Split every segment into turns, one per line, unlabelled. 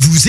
Vous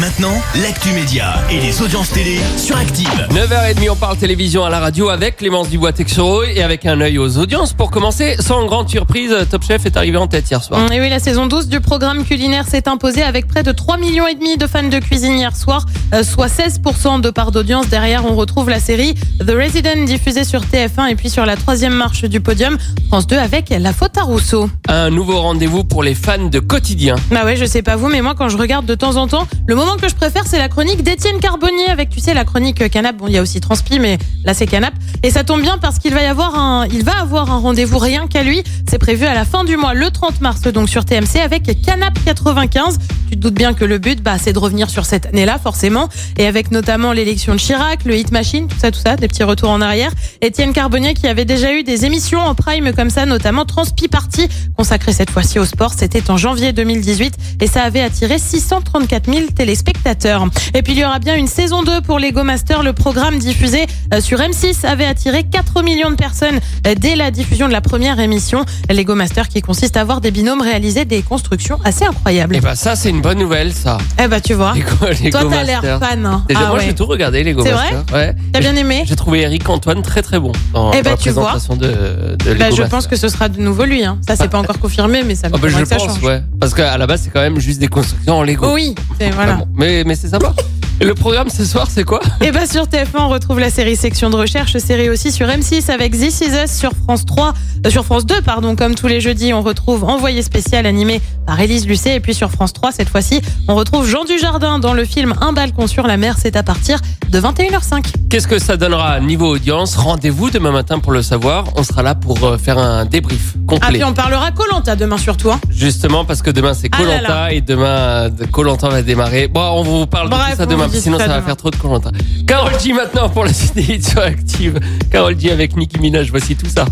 maintenant, l'actu média et les audiences télé sur Active.
9h30, on parle télévision à la radio avec Clémence Dubois-Texoro et avec un œil aux audiences. Pour commencer, sans grande surprise, Top Chef est arrivé en tête hier soir.
Et oui, la saison 12 du programme culinaire s'est imposée avec près de 3,5 millions et demi de fans de cuisine hier soir, euh, soit 16% de part d'audience. Derrière, on retrouve la série The Resident diffusée sur TF1 et puis sur la troisième marche du podium, France 2 avec La Faute à Rousseau.
Un nouveau rendez-vous pour les fans de quotidien.
Bah ouais, je sais pas vous, mais moi quand je regarde de temps en temps, le moment que je préfère, c'est la chronique d'Étienne Carbonnier avec, tu sais, la chronique euh, Canap. Bon, il y a aussi Transpi, mais là c'est Canap. Et ça tombe bien parce qu'il va y avoir un, il va avoir un rendez-vous rien qu'à lui. C'est prévu à la fin du mois, le 30 mars, donc sur TMC avec Canap 95. Tu te doutes bien que le but, bah, c'est de revenir sur cette année-là, forcément. Et avec notamment l'élection de Chirac, le Hit Machine, tout ça, tout ça, des petits retours en arrière. Étienne Carbonnier qui avait déjà eu des émissions en prime comme ça, notamment Transpi Party, consacré cette fois-ci au sport. C'était en janvier 2018 et ça avait attiré 634 000 téléspectateurs. Et puis il y aura bien une saison 2 pour Lego Master. Le programme diffusé euh, sur M6 avait attiré 4 millions de personnes euh, dès la diffusion de la première émission. Lego Master qui consiste à voir des binômes réaliser des constructions assez incroyables.
Et bah ça, c'est une bonne nouvelle, ça.
Eh bah tu vois,
Les Go- les
toi
Go
t'as l'air
Masters.
fan. hein.
Déjà,
Ah
moi,
ouais.
j'ai tout regardé, les Go
C'est
Masters. Ouais.
T'as bien aimé
J'ai trouvé Eric Antoine très très bon dans
Eh ben,
la
tu vois.
présentation de, de
bah,
Lego
Je
Masters.
pense que ce sera de nouveau lui. Hein. Ça c'est pas encore confirmé, mais ça me
Ah bah,
paraît
je
que ça
pense,
change.
ouais. Parce qu'à la base, c'est quand même juste des constructions en Lego.
Oui, c'est- voilà.
Vraiment. Mais, mais c'est sympa. Et le programme ce soir, c'est quoi
Et bien bah, sur TF1, on retrouve la série section de recherche, série aussi sur M6 avec This Is Us sur France 3, euh, sur France 2, pardon, comme tous les jeudis, on retrouve Envoyé spécial animé par Élise Lucet. Et puis sur France 3, cette fois-ci, on retrouve Jean Dujardin dans le film Un balcon sur la mer. C'est à partir de 21h05.
Qu'est-ce que ça donnera niveau audience Rendez-vous demain matin pour le savoir. On sera là pour euh, faire un débrief
Ah,
complet.
puis on parlera Colanta demain surtout. Hein.
Justement parce que demain c'est
Ah là
Colanta
là.
et demain Colanta va démarrer. Bon, on vous parle de
Bref,
tout ça
on
demain,
vous dit
sinon
ça
ça va
demain.
faire trop de Colanta. Carole G maintenant pour la cité sur Active. Carole G avec Nicki Minaj, voici tout ça.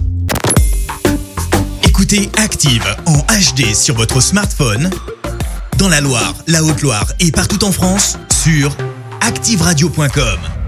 Écoutez Active en HD sur votre smartphone, dans la Loire, la Haute-Loire et partout en France, sur activeradio.com.